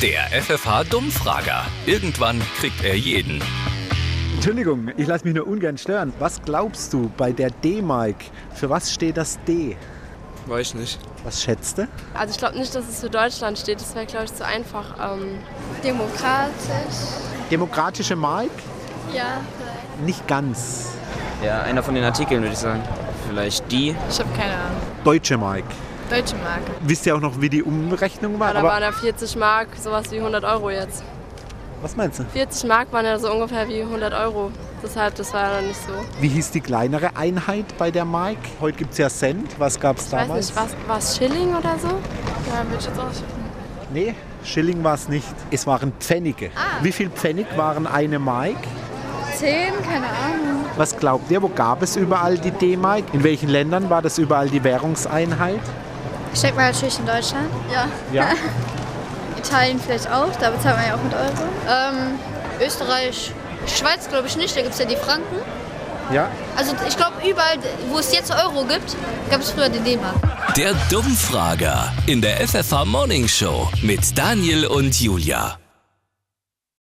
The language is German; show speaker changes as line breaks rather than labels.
Der FFH-Dummfrager. Irgendwann kriegt er jeden.
Entschuldigung, ich lasse mich nur ungern stören. Was glaubst du bei der D-Mike? Für was steht das D?
Weiß nicht.
Was schätzt du?
Also ich glaube nicht, dass es für Deutschland steht. Das wäre, glaube ich, zu einfach. Ähm,
Demokratisch.
Demokratische Mike?
Ja.
Nicht ganz.
Ja, einer von den Artikeln würde ich sagen. Vielleicht die.
Ich habe keine Ahnung.
Deutsche Mike.
Deutsche Mark.
Wisst ihr auch noch, wie die Umrechnung war?
ja, da waren ja 40 Mark, sowas wie 100 Euro jetzt.
was meinst du?
40 Mark waren ja so ungefähr wie 100 Euro. Deshalb, das war dann nicht so.
Wie hieß die kleinere Einheit bei der Mike? Heute gibt es ja Cent. Was gab es
Ich weiß
damals?
nicht, war es Schilling oder so?
Ja, würde ich jetzt auch schicken.
Nee, Schilling war es nicht. Es waren Pfennige.
Ah.
Wie viel Pfennig waren eine Mike?
Zehn? Keine Ahnung.
Was glaubt ihr, wo gab es überall die D-Mark? In welchen Ländern war das überall die Währungseinheit?
Ich denke mal natürlich in Deutschland. Ja.
Ja.
Italien vielleicht auch, da bezahlt man ja auch mit Euro.
Ähm, Österreich, Schweiz glaube ich nicht, da gibt es ja die Franken.
Ja.
Also ich glaube überall, wo es jetzt Euro gibt, gab es früher die D-Mark.
Der Dummfrager in der FFH Morning Show mit Daniel und Julia.